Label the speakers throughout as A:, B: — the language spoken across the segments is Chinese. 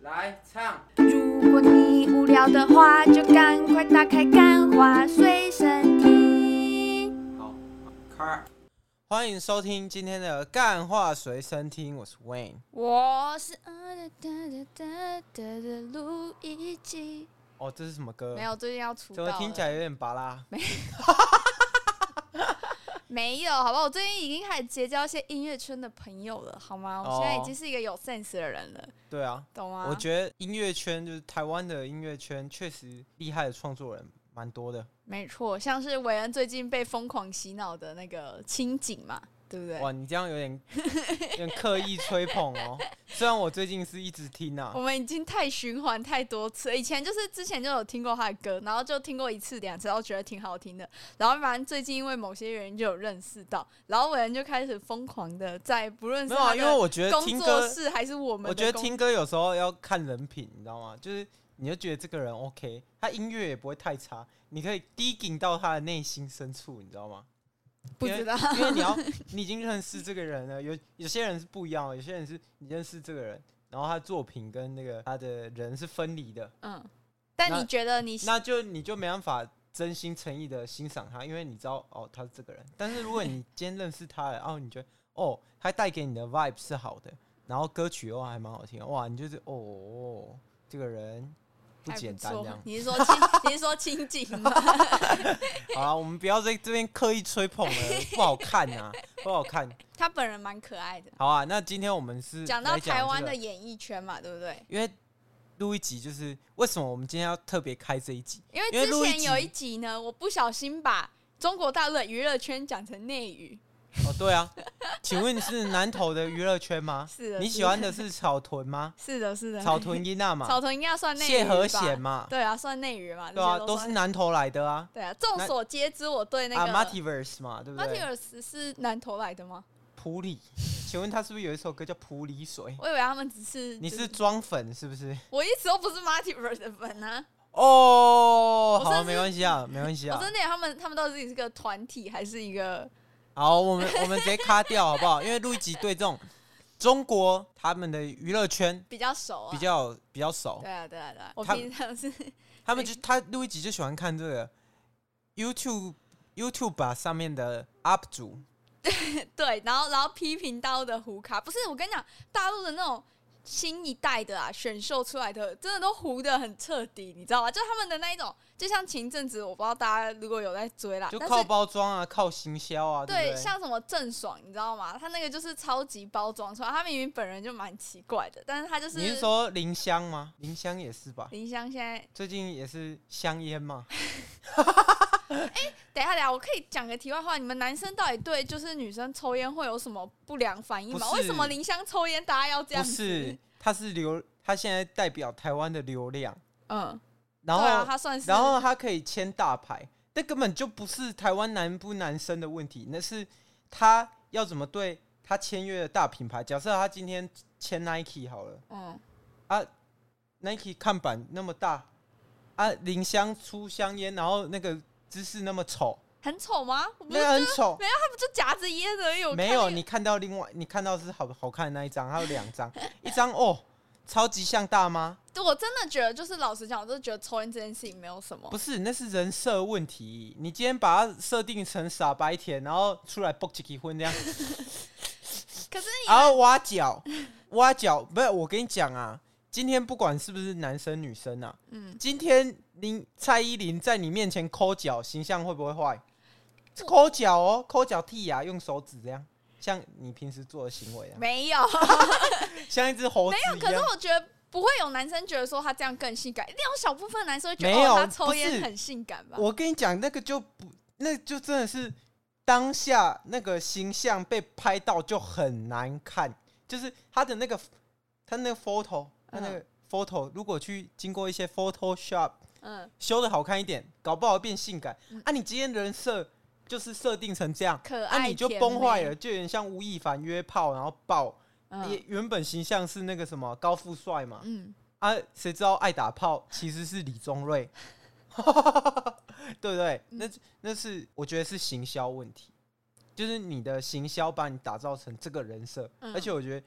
A: 来唱，
B: 如果你无聊的话，就赶快打开《干花随身听》。
A: 好，开。
C: 欢迎收听今天的干话随身听，我是 Wayne。
B: 我是呃哒哒哒哒哒的录一集，
C: 哦，这是什么歌？
B: 没，有，最近要出
C: 怎么
B: 道了，
C: 听起来有点拔拉？
B: 没有，好吧，我最近已经开始结交一些音乐圈的朋友了，好吗？我现在已
C: 哦
B: 经是一个有 sense 的人了，
C: 对啊，
B: 懂吗？
C: 我觉得音乐圈就是台湾的音乐圈，确实厉害的创作人蛮多的。
B: 没错，像是韦恩最近被疯狂洗脑的那个清景嘛，对不对？
C: 哇，你这样有 点有点刻意吹捧哦。虽然我最近是一直听啊
B: 我，们已经太循环太多次了，以前就是之前就有听过他的歌，然后就听过一次两次，然后觉得挺好听的，然后反正最近因为某些原因就有认识到，然后伟人就开始疯狂的在不论是
C: 没有啊，
B: 他
C: 因为
B: 的
C: 我觉得
B: 工
C: 听
B: 作
C: 歌，
B: 室还是我们的工，
C: 我觉得听歌有时候要看人品，你知道吗？就是你就觉得这个人 OK，他音乐也不会太差，你可以低顶到他的内心深处，你知道 吗？
B: 不知道，
C: 因为你要你已经认识这个人了，有有些人是不一样的，有些人是你认识这个人，然后他的作品跟那个他的人是分离的，
B: 嗯，但
C: 那
B: 你觉得你
C: 那就你就没办法真心诚意的欣赏他，因为你知道哦他是这个人。但是如果你今天认识他了，然后你觉得哦他带给你的 vibe 是好的，然后歌曲又还蛮好听的，哇，你就是哦哦这个人不
B: 还
C: 简单这
B: 哎错
C: 样。
B: 你是说清你是说清景 吗？
C: 好啊，我们不要在这边刻意吹捧了， 不好看啊，不好看。
B: 他本人蛮可爱的。
C: 好啊，那今天我们是
B: 讲到
C: 来
B: 台湾
C: 这个
B: 的演艺圈嘛，对不对？
C: 因为录一集就是为什么我们今天要特别开这一集？
B: 因为
C: 因为
B: 之
C: 录一
B: 前有
C: 集
B: 一集呢，我不小心把中国大陆的娱乐圈讲成内娱，
C: 哦，对啊，请问是南投的娱乐圈吗？
B: 是的，
C: 你
B: 是
C: 喜
B: 的
C: 欢的是草屯 吗？
B: 是的，是的，
C: 草屯伊娜嘛，
B: 草屯应该要算内娱
C: 谢和
B: 吧
C: 弦嘛，
B: 对啊，算内娱嘛，
C: 对啊，
B: 这些
C: 都
B: 算
C: 是南投来的啊，
B: 对啊。众
C: 那
B: 所皆知，我对 那
C: 啊
B: 个
C: Multiverse 嘛，对不
B: 马蒂
C: 对？
B: 尔斯是南投来的吗？
C: 普里，请问他是不是有一首歌叫《普里水》？
B: 我以为他们只是
C: 你
B: 就是
C: 装粉是不是？
B: 我一直都不是马蒂尔斯的粉啊，
C: 哦，
B: 我
C: 好
B: 甚
C: 啊，
B: 至
C: 没关系啊，没关系
B: 我
C: 啊。
B: 真的以为他们他们到底是一个团体还是一个
C: 好，我们我们直接卡掉好不好？因为录一集对这种中国他们的娱乐圈
B: 比较熟啊？
C: 比较比较熟，
B: 对啊对啊对啊，我
C: 他
B: 平常是
C: 他们就他录一集就喜欢看这个 YouTube YouTube 吧上面的 UP 主，
B: 对，然后然后批评大陆的胡咖，不是我跟你讲，大陆的那种新一代的啊，选秀出来的，真的都糊的很彻底，你知道吗？就他们的那一种，就像前阵子，我不知道大家如果有在追啦，
C: 就
B: 但
C: 靠
B: 是
C: 包装啊，靠行销啊，对
B: 对
C: 不对？
B: 像什么郑爽，你知道吗？他那个就是超级包装出来，他明明本人就蛮奇怪的，但是他就是
C: 你是说林香吗？林香也是吧？
B: 林湘现在，
C: 最近也是香烟嘛？
B: 等一下等一下，我可以讲个题外话，你们男生到底对就是女生抽烟会有什么不良反应吗？
C: 不是
B: 为什么林湘抽烟大家要这
C: 不
B: 样子？
C: 是，他是流，他现在代表台湾的流量，
B: 嗯，
C: 然后、
B: 对啊，他算是
C: 然后他可以签大牌，那根本就不是台湾男不男生的问题，那是他要怎么对他签约的大品牌。假设他今天签 Nike 好了。
B: 嗯。
C: 啊，Nike 看板那么大，啊，林香出香烟，然后那个姿势那么丑，
B: 很丑吗？我不
C: 那
B: 是
C: 个很丑。
B: 不就夹着烟而已。我看
C: 没
B: 那
C: 有，
B: 个
C: 你看到另外，你看到是好好看的那一张，还有两张，一张哦，超级像大妈，
B: 我真的觉得，就是老实讲，我真的觉得抽烟这件事情没有什么
C: 不。是，那是人设问题。你今天把它设定成傻白甜，然后出来 b o k 结婚这样，
B: 可是你
C: 然后挖角，挖角，不是我跟你讲啊，今天不管是不是男生女生啊，
B: 嗯，
C: 今天林蔡依林在你面前抠脚，形象会不会坏？抠脚哦，抠脚剔牙，用手指这样，像你平时做的行为啊，
B: 没有，
C: 像一只猴子
B: 没有。
C: 一
B: 可是
C: 样。
B: 我觉得不会有男生觉得说他这样更性感，一定有小部分男生会觉得
C: 没有
B: 哦、他抽
C: 不
B: 烟
C: 是
B: 很性感吧？
C: 我跟你讲，那个就不，那就真的是当下那个形象被拍到就很难看，就是他的那个他那个 photo，他
B: 嗯
C: 那个 photo 如果去经过一些 Photoshop
B: 嗯，
C: 修的好看一点，搞不好变性感
B: 嗯。
C: 啊，你今天人设就是设定成这样，
B: 可爱
C: 啊，你就
B: 甜
C: 崩坏
B: 美
C: 了，就有点像吴亦凡约炮然后爆。也、
B: 嗯
C: 原本形象是那个什么高富帅嘛，
B: 嗯，
C: 啊，谁知道爱打炮其实是李宗瑞，对不对？
B: 嗯
C: 那那是我觉得是行销问题，就是你的行销把你打造成这个人设，
B: 嗯
C: 而且我觉得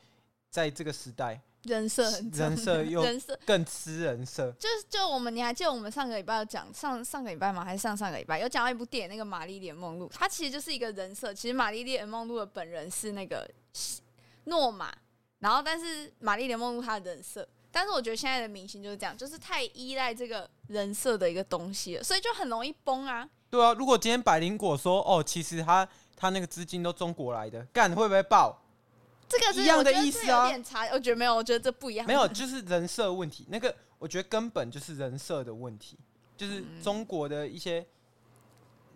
C: 在这个时代，
B: 人设很重要
C: 人设又
B: 人设
C: 更吃人设。
B: 就是就我们，你还记得我们上个礼拜有讲上上个礼拜吗？还是上上个礼拜有讲到一部电影，那个《玛丽莲梦露》，它其实就是一个人设。其实玛丽莲梦露的本人是那个西诺玛，然后但是玛丽莲梦露她的人设，但是我觉得现在的明星就是这样，就是太依赖这个人设的一个东西了，所以就很容易崩啊。
C: 对啊，如果今天百灵果说哦，其实他他那个资金都中国来的，干会不会爆？
B: 这个是
C: 一样的
B: 我觉得
C: 意
B: 这
C: 思啊
B: 有点差，我觉得没有，我觉得这不一样。
C: 没有，就是人设问题。那个我觉得根本就是人设的问题，就是
B: 嗯
C: 中国的一些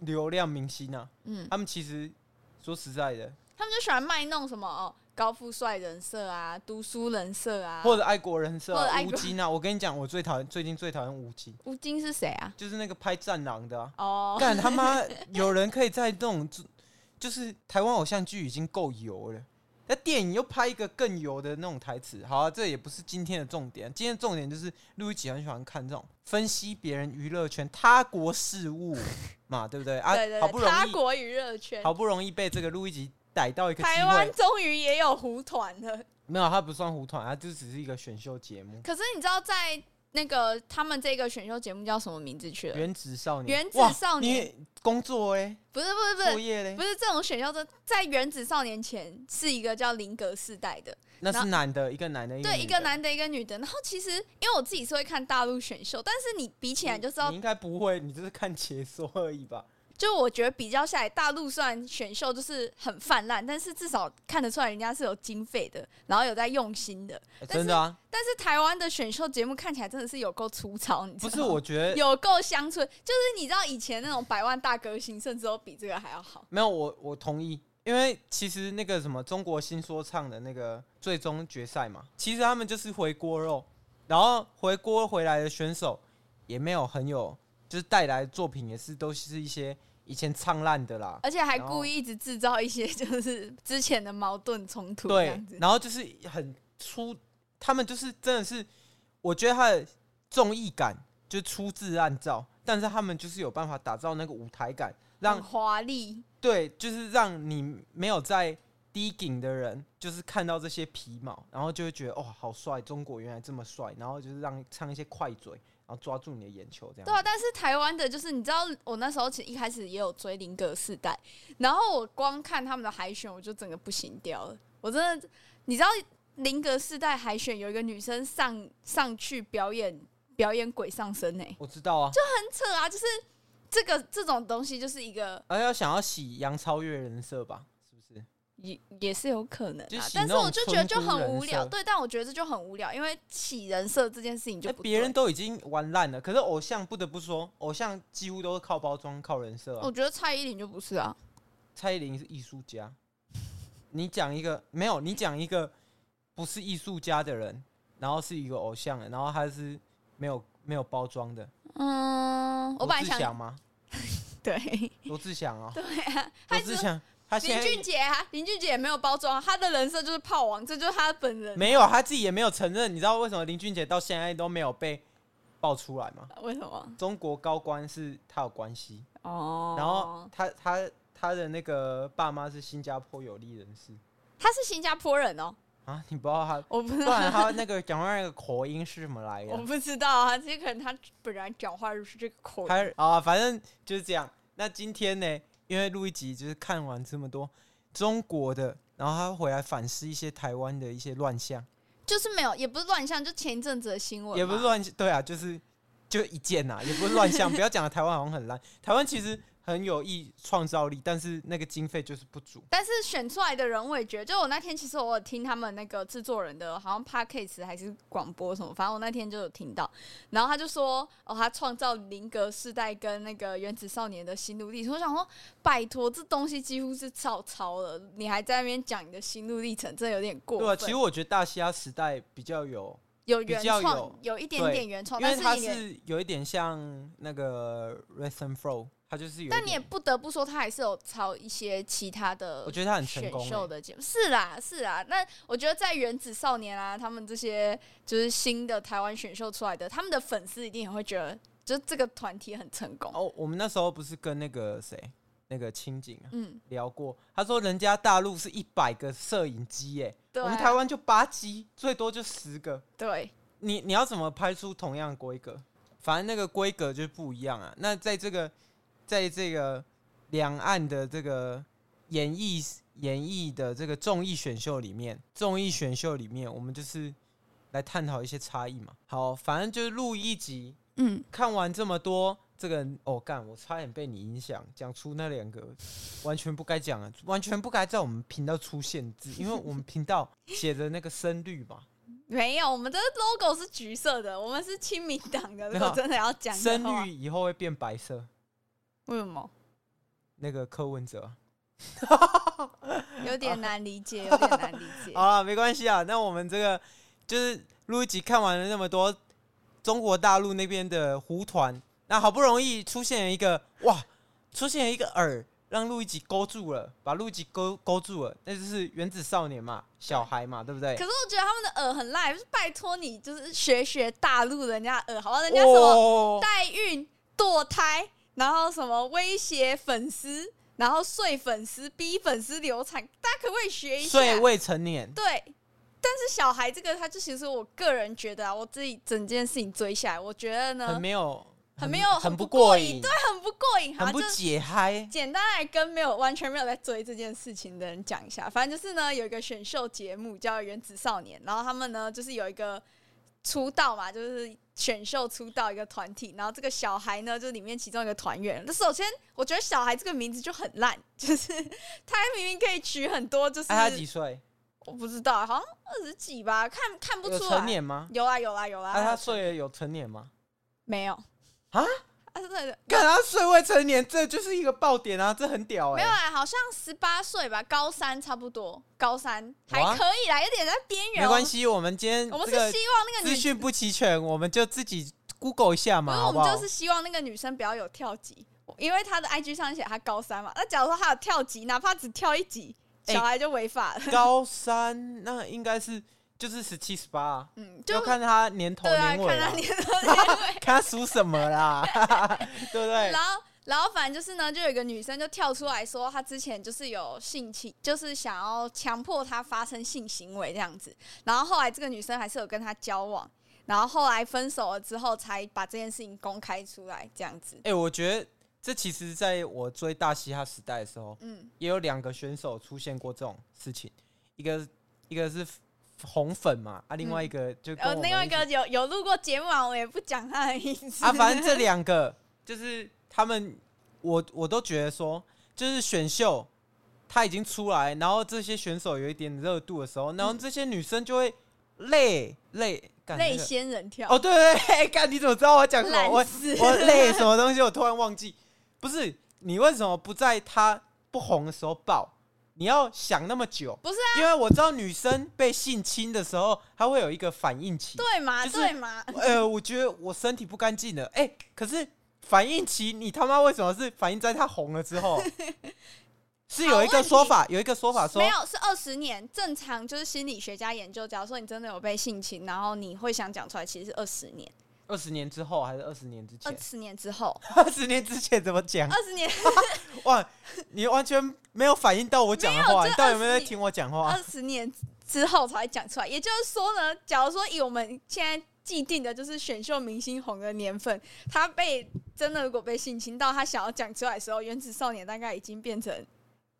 C: 流量明星啊，
B: 嗯，
C: 他们其实说实在的，
B: 他们就喜欢卖弄什么哦，高富帅人设啊，读书人设啊，
C: 或者爱国人设、
B: 或者
C: 啊
B: 爱，
C: 吴
B: 国
C: 京啊，我跟你讲，我最讨厌最近最讨厌吴京，
B: 吴京是谁啊？
C: 就是那个拍《战狼》的、啊，
B: 哦，
C: 干他妈有人可以在这种就是台湾偶像剧已经够油了。那电影又拍一个更油的那种台词，好、啊，这也不是今天的重点。今天的重点就是陆一吉很喜欢看这种分析别人娱乐圈他国事务嘛，对不对啊？
B: 对对对，
C: 好不容
B: 他
C: 易
B: 国娱乐圈，
C: 好不容易被这个陆一吉逮到一个机
B: 台湾
C: 会，
B: 终于也有胡团了。
C: 没有，他不算胡团，他就只是一个选秀节目。
B: 可是你知道在那个他们这个选秀节目叫什么名字去了？
C: 原子少年，
B: 原子
C: 哇
B: 少年
C: 你工作哎、
B: 不是不是不
C: 作
B: 是
C: 业嘞
B: 不，是这种选秀的，在《原子少年》前是一个叫林格世代的，
C: 那
B: 然
C: 是
B: 后
C: 男的，一个男的，
B: 对，
C: 女
B: 一个
C: 的，
B: 男的，一个女的。然后其实因为我自己是会看大陆选秀，但是你比起来就知道
C: 你应该不会，你就是看解说而已 吧？
B: 就我觉得比较下来，大陆虽然选秀就是很泛滥，但是至少看得出来人家是有经费的，然后有在用心的。
C: 欸
B: 但是
C: 真的啊，
B: 但是台湾的选秀节目看起来真的是有够粗糙，你知道
C: 不
B: 吗
C: 是，我觉得
B: 有够乡村，就是你知道以前那种百万大歌星，甚至都比这个还要好。
C: 没有，我我同意，因为其实那个什么中国新说唱的那个最终决赛嘛，其实他们就是回锅肉，然后回锅回来的选手也没有很有，就是带来的作品也是都是一些以前唱烂的啦，
B: 而且还
C: 然后
B: 故意一直制造一些就是之前的矛盾冲突这
C: 对
B: 样，子，
C: 然后就是很出，他们就是真的是，我觉得他的综艺感就出自暗造，但是他们就是有办法打造那个舞台感，让
B: 很华丽。
C: 对，就是让你没有在低顶的人，就是看到这些皮毛，然后就会觉得哦，好帅，中国原来这么帅，然后就是让唱一些快嘴，然后抓住你的眼球这
B: 对
C: 样。
B: 啊，但是台湾的就是你知道，我那时候其实一开始也有追林格世代，然后我光看他们的海选，我就整个不行掉了。我真的，你知道林格世代海选有一个女生上上去表演表演鬼上身欸呢、
C: 我知道啊，就
B: 很扯啊，就是这个这种东西就是一个
C: 而哎要想要洗杨超越人设吧，是不是？
B: 也也是有可能
C: 就
B: 啊
C: 洗，
B: 但
C: 那
B: 是
C: 种
B: 我就觉得就
C: 村姑
B: 很
C: 人
B: 无聊，
C: 设
B: 对，但我觉得这就很无聊，因为起人设这件事情就
C: 哎
B: 不
C: 别
B: 对
C: 人，都已经玩烂了，可是偶像不得不说，偶像几乎都是靠包装、靠人设啊
B: 我。觉得蔡依林就不是啊，
C: 蔡依林是艺术家，你讲一个没有，你讲一个不是艺术家的人，然后是一个偶像的，然后他是没有没有包装的。
B: 嗯，我
C: 罗
B: 本来
C: 志祥
B: 想
C: 吗？
B: 对
C: 罗志祥啊、
B: 对啊，
C: 罗
B: 他
C: 志
B: 只
C: 祥，他现
B: 林俊
C: 在
B: 杰啊，林俊杰也没有包装，他的人设就是炮王，这就是他本人，
C: 没有，他自己也没有承认。你知道为什么林俊杰到现在都没有被爆出来吗？
B: 啊为什么？
C: 中国高官是他有关系，
B: 哦，
C: 然后他他他的那个爸妈是新加坡有利人士
B: 他是新加坡人哦，
C: 啊，你不知道 他，
B: 我不知
C: 不
B: 道，
C: 然他那个讲话那个口音是什么来
B: 我
C: 的？
B: 不知道啊，这可能他本来讲话就是这个口音，
C: 他啊，反正就是这样。那今天呢，因为录一集就是看完这么多中国的，然后他回来反思一些台湾的一些乱象。
B: 就是没有，也不是乱象，就前一阵子的新闻嘛，
C: 也不是乱，对啊，就是就一件呐、也不是乱象。不要讲得台湾好像很烂，台湾其实很有意创造力，但是那个经费就是不足。
B: 但是选出来的人，我也觉得，就我那天其实我有听他们那个制作人的，好像 podcast 还是广播什么，反正我那天就有听到。然后他就说，哦，他创造林格世代跟那个原子少年的心路历程。我想说，拜托，这东西几乎是照抄了，你还在那边讲你的心路历程，真的有点过分。
C: 对啊，其实我觉得大西亚时代比较有，
B: 有原
C: 比较
B: 创，
C: 有
B: 有一点
C: 对
B: 点原创，
C: 因为
B: 哦但
C: 它
B: 你也，
C: 是有一点像那个 r e s o n Flow，它就是有一点。
B: 但你也不得不说，他还是有抄一些其他的。
C: 我觉得它很成功
B: 选秀
C: 欸、
B: 的节目是啦是啦，那我觉得在原子少年啊，他们这些就是新的台湾选秀出来的，他们的
C: 欸
B: 粉丝一定也会觉得，就是这个团体很成功。
C: 哦，我们那时候不是跟那个谁那个清景啊
B: 嗯，
C: 聊过，他说人家大陆是一百个摄影机耶，
B: 对啊，
C: 我们台湾就八机，最多就十个。
B: 对，
C: 你你要怎么拍出同样的规格？反正那个规格就是不一样啊。那在这个在这个两岸的这个演艺演艺的这个综艺选秀里面，综艺选秀里面，我们就是来探讨一些差异嘛。好，反正就是录一集，
B: 嗯，
C: 看完这么多，这个人哦干，我差点被你影响，讲出那两个完全不该讲的，完全不该在我们频道出现的字，因为我们频道写的那个深绿嘛。
B: 没有，我们的 logo 是橘色的，我们是亲民党的。如
C: 没
B: 果
C: 有
B: 真的要讲的
C: 深
B: 话
C: 绿以后会变白色，
B: 为什么
C: 那个柯文 哲。
B: 有点难 理解，有点难理解。
C: 好了，没关系啊。那我们这个就是录一集看完了那么多中国大陆那边的胡团，那好不容易出现了一个哇，出现了一个饵，让录一集勾住了，把录一集勾勾住了，那就是原子少年嘛，小孩嘛，对不对
B: 可？是我觉得他们的耳很烂，就是拜托你，就是学学大陆人家耳，好不好？人家什么
C: 哦
B: 代孕、堕胎，然后什么威胁粉丝，然后睡粉丝、逼粉丝流产，大家可不可以学一下？
C: 睡未成年，
B: 对，但是小孩这个，他就其实我个人觉得啊，我自己整件事情追下来，我觉得呢，
C: 很没有，
B: 很没有
C: 很
B: 很不
C: 过
B: 过
C: 瘾
B: 瘾，对， 很不过瘾，
C: 很
B: 好
C: 不
B: 就
C: 解嗨。
B: 简单来跟没有完全没有在追这件事情的人讲一下，反正就是呢，有一个选秀节目叫《原子少年》，然后他们呢就是有一个出道嘛，就是选秀出道一个团体，然后这个小孩呢就是里面其中一个团员。那首先，我觉得小孩这个名字就很烂，就是 他明明可以取很多，就是、
C: 哎，他几岁？
B: 我不知道，好像二十几吧，看看不
C: 有
B: 出
C: 成
B: 来。
C: 年吗？
B: 有啊啦有啦有啦，
C: 哎，他睡了有成年 吗？
B: 没有
C: 啊？
B: 啊，真的
C: 看他睡未成年，这就是一个爆点啊，这很屌
B: 没
C: 哎、
B: 有啦，好像十八岁吧，高三差不多，高三还
C: 哇
B: 可以啦，有点在边缘。
C: 没关系，我们今天
B: 我们，我们
C: 这
B: 是
C: 个
B: 希望那个
C: 资
B: 女，
C: 讯不齐全，我们就自己 Google 一下
B: 因
C: 嘛，
B: 为
C: 好
B: 我
C: 不
B: 们
C: 好
B: 就是？希望那个女生不要有跳级，因为她的 IG 上写她高三嘛。那假如说她有跳级，哪怕只跳一级，
C: 哎
B: 小孩就违法了。
C: 高三那应该是就是十七十八，啊
B: 嗯，就
C: 要看他年头
B: 对啊，
C: 年尾
B: 看
C: 啦
B: 她年头年尾。
C: 看他属什么啦， 对不对
B: 然？后，然后反正就是呢，就有一个女生就跳出来说，她之前就是有性侵，就是想要强迫她发生性行为这样子。然后后来这个女生还是有跟他交往，然后后来分手了之后才把这件事情公开出来这样子。
C: 哎、我觉得这其实在我追大嘻哈时代的时候，
B: 嗯，
C: 也有两个选手出现过这种事情，一个一个是红粉嘛，啊，另外一个就跟
B: 呃，
C: 我们
B: 另外一
C: 起
B: 个有有录过节目啊，我也不讲他的意思
C: 啊，反正这两个就是他们，我我都觉得说，就是选秀他已经出来，然后这些选手有一点热度的时候，然
B: 嗯
C: 后这些女生就会累累干
B: 泪
C: 那个
B: 仙人跳，
C: 哦，对对 对，干你怎么知道我要讲什么？我
B: 烂死，
C: 我累什么东西？我突然忘记，不是你为什么不在他不红的时候爆？你要想那么久，
B: 不是啊
C: 因为我知道女生被性侵的时候，她会有一个反应期，
B: 对嘛
C: 就是
B: 对嘛，
C: 呃，我觉得我身体不干净了。哎、可是反应期，你他妈为什么是反应在他红了之 后？是有一个说法，有一个说法啊说
B: 没，有是二十年，正常就是心理学家研究，假如说你真的有被性侵，然后你会想讲出来，其实是二十年。
C: 二十年之后还是二嗯十年之
B: 二
C: 前？
B: 十年之后，
C: 二十年之前怎么讲？
B: 二十年，
C: 哇，你完全没有反应到我讲的话，
B: 没有这
C: 你到底有没有
B: 20
C: 在
B: 年
C: 听我讲话
B: 二？十年之后才讲出来。也就是说呢，假如说以我们现在既定的就是选秀明星红的年份，他被真的如果被性侵到，他想要讲出来的时候，原子少年大概已经变成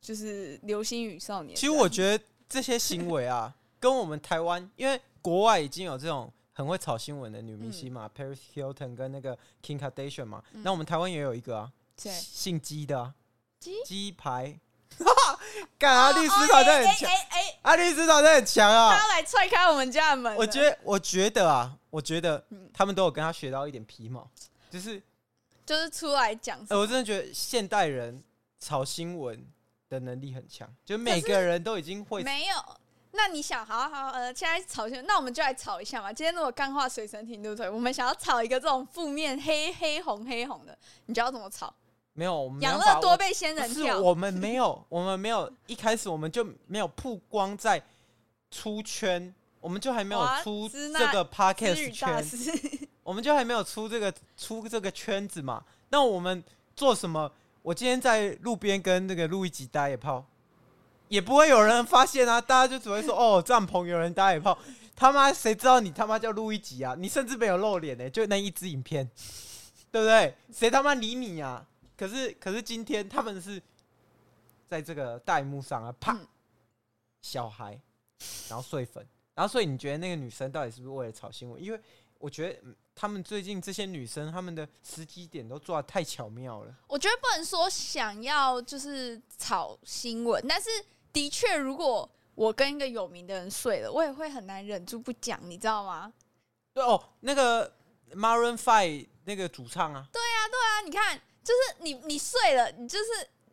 B: 就是流星雨少年。
C: 其实我觉得这些行为啊，跟我们台湾，因为国外已经有这种很会炒新闻的女明星嘛、p a r i s Hilton 跟那个 Kim Kardashian 嘛，
B: 嗯
C: 那我们台湾也有一个啊，
B: 对
C: 姓鸡的、啊，
B: 鸡
C: 鸡排，干啊！律师
B: 好
C: 团队很强，
B: 哦哎哎，
C: 啊，律师团队很强啊！
B: 他来踹开我们家的门了，
C: 我觉得，我觉得啊，我觉得
B: 嗯
C: 他们都有跟他学到一点皮毛，就是，
B: 就是出来讲
C: 哎，我真的觉得现代人炒新闻的能力很强，就每
B: 可
C: 个人都已经会
B: 没有。那你想，好啊好啊，呃，现在吵一下，那我们就来吵一下嘛。今天如果干话随身听，对不对？我们想要吵一个这种负面黑黑红黑红的，你知道怎么吵？
C: 没有我们没
B: 养
C: 有
B: 乐
C: 把
B: 多
C: 握。
B: 被仙
C: 不
B: 人
C: 是
B: 跳，
C: 我们没有，我们没有一开始我们就没有曝光在出圈，我们就还没有
B: 哇
C: 出
B: 支
C: 这
B: 那
C: 个
B: 词
C: podcast
B: 语大
C: 圈，
B: 师，
C: 我们就还没有出这个出这个圈子嘛。那我们做什么？我我今天在路边跟那个路易吉打野炮，也不会有人发现啊，大家就只会说哦，帐篷有人打野炮，他妈谁知道你他妈叫路易吉啊？你甚至没有露脸呢、就那一支影片，对不对？谁他妈理你啊？可是可是今天他们是在这个弹幕上啊，啪，
B: 嗯
C: 小孩，然后碎粉，然后所以你觉得那个女生到底是不是为了炒新闻？因为我觉得嗯他们最近这些女生，她们的时机点都做的太巧妙了。
B: 我觉得不能说想要就是炒新闻，但是的确，如果我跟一个有名的人睡了，我也会很难忍住不讲，你知道吗？
C: 对哦，那个 Maroon Five 那个主唱啊，对，
B: 啊，你看，就是你你睡了，你就是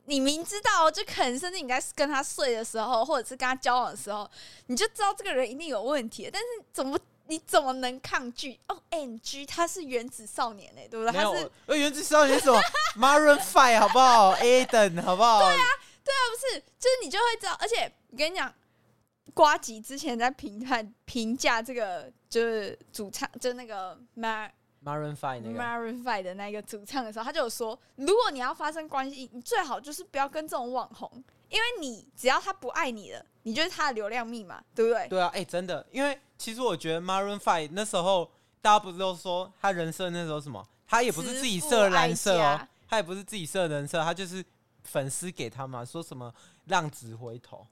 B: 你明知道，哦就可能甚至你在跟他睡的时候，或者是跟他交往的时候，你就知道这个人一定有问题，但是怎么你怎么能抗拒？哦，N G，他是原子少年哎、对不对？
C: 没
B: 他
C: 有
B: 是，
C: 呃，原子少年是什么 Maroon Five 好不好？Aden 好不好？对啊，
B: 不是，就是你就会知道，而且我跟你讲，瓜吉之前在评判评价这个就是主唱，就那个 Mar
C: Maroon Five 那个，啊
B: Maroon Five 的那个主唱的时候，他就有说，如果你要发生关系，你最好就是不要跟这种网红，因为你只要他不爱你了，你就是他的流量密码，对不对？
C: 对啊，哎、真的，因为其实我觉得 Maroon Five 那时候大家不是都说他人设那时候什么，他也不是自己设蓝色
B: 慈父爱
C: 哦
B: 家，
C: 他也不是自己设人设，他就是粉丝给他嘛，说什么浪子回头。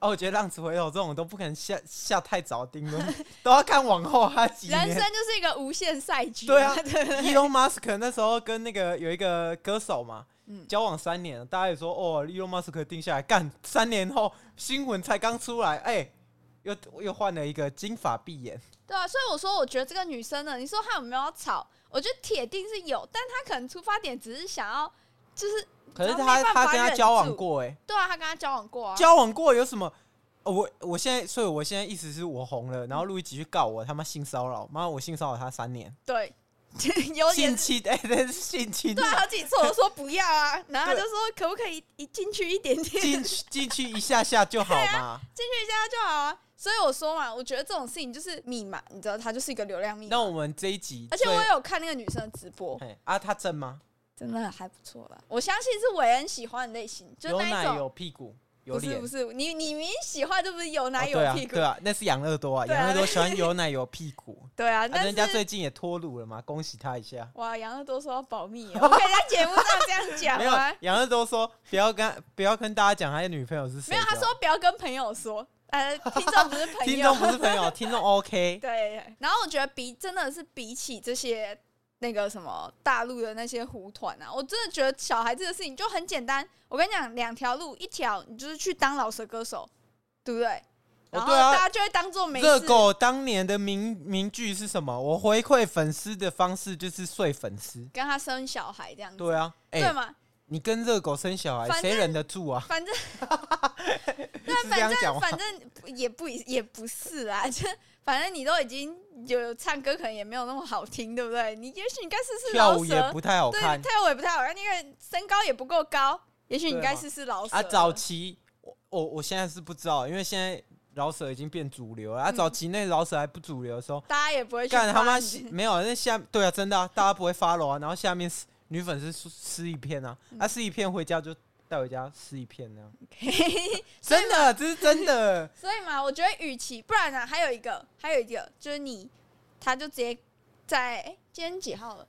C: 哦，我觉得浪子回头这种都不可能下下太早定 论，都要看往后他几
B: 人
C: 年
B: 生就是一个无限赛局，
C: 对啊
B: 对不对
C: Elon Musk 那时候跟那个有一个歌手嘛，
B: 嗯
C: 交往三年，大家也说哦，Elon Musk 定下来干三年后新闻才刚出来，哎、又又换了一个金发碧眼，
B: 对啊，所以我说，我觉得这个女生呢，你说她有没有吵？我觉得铁定是有，但她可能出发点只是想要，就是
C: 可是
B: 没
C: 他
B: 办法
C: 他跟他
B: 忍
C: 交往
B: 住
C: 过、
B: 对啊，她跟他交往过啊
C: 哎，，交往过有什么？哦、我我现在，所以我现在意思是我红了，然后路易吉去告我他妈性骚扰，妈我性骚扰他三年，
B: 对， 有
C: 性
B: 点
C: 侵， 哎、那是性侵
B: 对啊，
C: 啊，
B: 他自己错，我说不 要啊，然后他
C: 对
B: 就说可不可以一进去一点 点，
C: 进去进去一下下就好嘛。
B: 进去一下就好啊。所以我说嘛，我觉得这种事情就是密码，你知道，它就是一个流量密码
C: 那。我们这一集
B: 而且
C: 最，
B: 我有看那个女生的直播，
C: 哎啊，他正吗？
B: 真的还不错啦。我相信是韦恩喜欢的类型，就
C: 有
B: 那一
C: 奶
B: 种。
C: 有屁股有
B: 不
C: 脸
B: 是不，是，你你明明喜欢就不是有奶
C: 哦
B: 有
C: 对啊
B: 屁股，
C: 对啊，那是养乐多啊，
B: 对啊
C: 养乐多喜欢有奶有屁 股，
B: 对啊，
C: 啊
B: 但
C: 人家
B: 是
C: 最近也脱乳了嘛，恭喜他一下。
B: 哇，杨乐多说要保密耶，哦 我可以在节目上这样讲啊
C: 没有
B: 吗？，
C: 养乐多说不要跟不要跟大家讲他的女朋友是谁，
B: 没有，他
C: 这样
B: 说不要跟朋友说，呃，听众不是朋 友，
C: 听众不是朋友，听众 OK，哦
B: 对，然后我觉得比真的是比起这些那个什么大陆的那些胡团啊，我真的觉得小孩子的事情就很简单。我跟你讲，两条路，一条你就是去当老舌歌手，对不对？然后
C: 对啊
B: 大家就会当做没
C: 热
B: 事。
C: 狗当年的名名句是什么？我回馈粉丝的方式就是睡粉丝。
B: 跟他生小孩这样子，
C: 对啊，哎、
B: 嗯对吗？
C: 你跟热狗生小孩，
B: 反正
C: 谁忍得住啊？
B: 反 正
C: 是这样讲吗？
B: 反正也不也不是啦， 就反正你都已经有唱歌，可能也没有那么好听，对不对？你也许你该试试
C: 跳
B: 老
C: 舞也
B: 舌，
C: 不太好
B: 对，
C: 看
B: 跳舞也不太好看，那个身高也不够高，也许你
C: 对
B: 该
C: 嘛
B: 试试老舌
C: 啊，
B: 了。
C: 早期我我我现在是不知道，因为现在饶舌已经变主流了。啊，
B: 嗯
C: 早期那饶舌还不主流的时 候，
B: 大家也不会去
C: 干他妈
B: 发
C: 下
B: 你。
C: 没有那下对啊，真的啊，大家不会 follow 啊，然后下面撕女粉丝撕撕一片啊，啊撕一片回家就带回家撕一片那样， 真的这是真的
B: 所以嘛，我觉得与其不然呢、啊还有一个，还有一个就是你，他就直接在、诶今天几号了？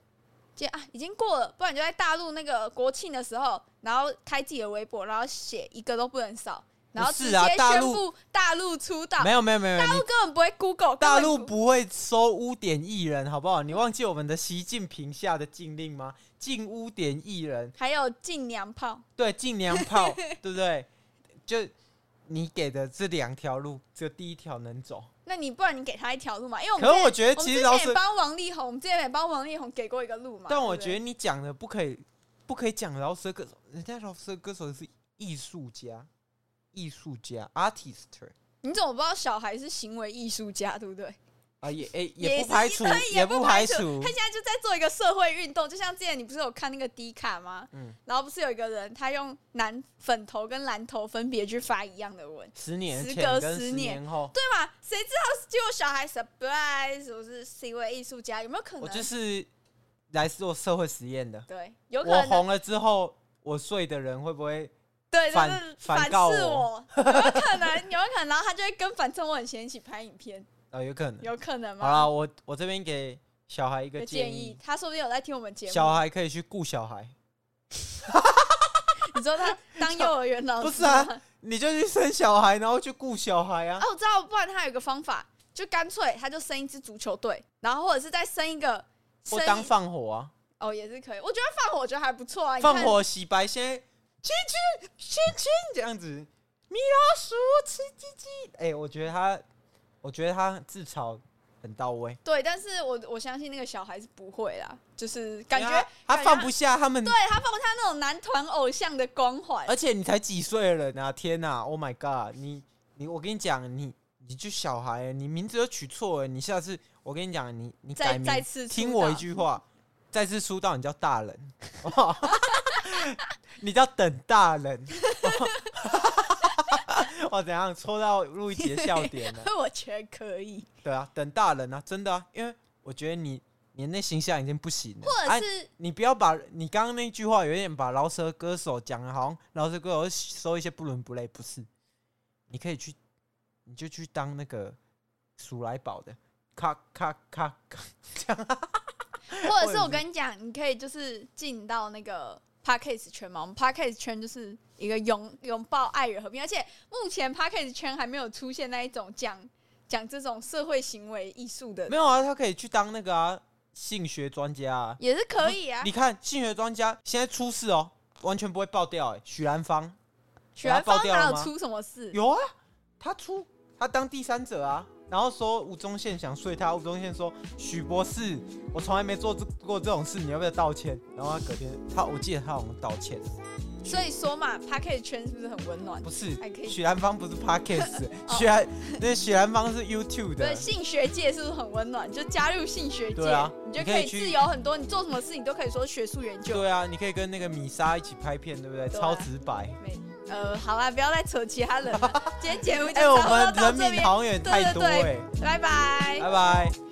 B: 今天啊已经过了，不然你就在大陆那个国庆的时候，然后开自己的微博，然后写一个都不能少，然后
C: 不
B: 直
C: 是
B: 接
C: 啊大
B: 宣
C: 陆
B: 布 大陆出道。
C: 没有没有没有，
B: 大
C: 你
B: 陆根本不会 Google，
C: 大
B: 根本
C: 陆
B: 不
C: 不会收污点艺人，好不好？你忘记我们的习近平下的禁令吗？禁污点艺人，
B: 还有禁娘炮，
C: 对，尽量泡，对不对？就你给的这两条路，只有第一条能走。
B: 那你不然你给他一条路嘛？因为我们
C: 可是
B: 之
C: 我觉得
B: 前我们
C: 其实
B: 之
C: 老
B: 前
C: 师
B: 也，帮王力宏，我们之前也帮王力宏给过一个路嘛。
C: 但
B: 对
C: 我
B: 不
C: 觉得
B: 对
C: 你讲的不可以，不可以讲饶舌歌手，人家饶舌歌手是艺术家，艺术家 artist
B: 你怎么不知道小孩是行为艺术家，对不对？
C: 啊，也诶、
B: 也
C: 也
B: 是
C: 不排除
B: 对，也
C: 不
B: 不
C: 排
B: 排
C: 除
B: 他。现在就在做一个社会运动，就像之前你不是有看那个迪卡吗？
C: 嗯，
B: 然后不是有一个人，他用蓝粉头跟蓝头分别去发一样的文，
C: 十年
B: 时
C: 前
B: 隔
C: 跟
B: 十
C: 十
B: 年
C: 年后，
B: 对吗？谁知道结果小孩 surprise 是不是行为艺术家？有没有可
C: 我
B: 能？
C: 就是来做社会实验的。
B: 对，有可
C: 我
B: 能。
C: 红了之后，我睡的人会不会
B: 对，就
C: 反
B: 是
C: 反
B: 反
C: 告
B: 噬
C: 我
B: 我，有没有可能？有没有可能？然后他就会跟反正我很闲一起拍影片，
C: 啊、有可能？
B: 有可能
C: 好
B: 吗？
C: 啦，我我这边给小孩一
B: 有
C: 个
B: 建
C: 建
B: 议
C: 议，，
B: 他说不定有在听我们节
C: 小
B: 目。
C: 孩可以去雇小孩，
B: 你说他当幼儿园老师
C: 不是啊
B: 吗
C: 你就去生小孩，然后去雇小孩啊
B: 啊，。我知道，不然他有个方法，就干脆他就生一支足球队，然后或者是再生一个
C: 或
B: 生
C: 当
B: 一
C: 放火啊，
B: 哦也是可以。我觉得放火我觉得还不错啊，你看
C: 放火洗白先，亲亲亲亲这样子，米老鼠吃鸡鸡。哎、我觉得他，我觉得他自嘲很到位，
B: 对，但是我我相信那个小孩是不会啦，就是感觉
C: 因为他他
B: 感觉
C: 放不下他们
B: 对，他放不下那种男团偶像的光环。
C: 而且你才几岁了呢、天哪，Oh my god！你你我跟你讲，你你就小孩，你名字都取错了。你下次我跟你讲，你你改
B: 再
C: 名，
B: 再次出
C: 听我一
B: 道
C: 句话，再次出道你叫大人， 好不好你叫等大人。 哇，怎样戳到录一节笑点了？
B: 我觉得可以，
C: 对啊，等大人啊，真的啊，因为我觉得你你那形象已经不行了，
B: 或
C: 啊
B: 者是、
C: 你不要把你刚刚那句话有点把饶舌歌手讲的好像饶舌歌手收一些不伦不类，不是？你可以去，你就去当那个鼠来宝的，咔咔咔咔，这样
B: 或者
C: 或
B: 是
C: 者
B: 我
C: 是
B: 跟你讲，你可以就是进到那个 Parkes 圈嘛，我们 Parkes 圈就是一个拥拥抱爱与和平，而且目前 Parkes 圈还没有出现那一种讲讲这种社会行为艺术的
C: 没，有啊？他可以去当那个啊性学专家啊。
B: 也是可以啊
C: 你。看性学专家现在出事哦，完全不会爆掉哎、许兰芳
B: 许兰芳
C: 把它爆掉
B: 哪
C: 了
B: 有
C: 吗
B: 出什么事？
C: 有啊，他出他当第三者啊，然后说吴宗宪想睡他，吴宗宪说许博士，我从来没做这过这种事，你要不要道歉？然后他隔天他我记得他好像道歉，
B: 所以说嘛，Parkes 圈是不是很温暖
C: 不？是啊
B: 还可以
C: 许兰芳不是 Podcast，
B: 哦
C: 许兰那许兰芳是 YouTube 的
B: 对，，性学界是不是很温暖？就加入性学界，
C: 对啊
B: 你就
C: 你可
B: 可
C: 以
B: 以
C: 去
B: 自由很多，你做什么事情都可以说学术研究。
C: 对啊，你可以跟那个米莎一起拍片，对不对？
B: 对啊
C: 超直白。
B: 没呃，好啦，不要再扯其 他人了，今天节目就
C: 哎、我
B: 差
C: 们
B: 不多到
C: 人
B: 这
C: 民
B: 边，
C: 桃园太多
B: 对
C: 哎、
B: 对拜拜
C: 拜拜。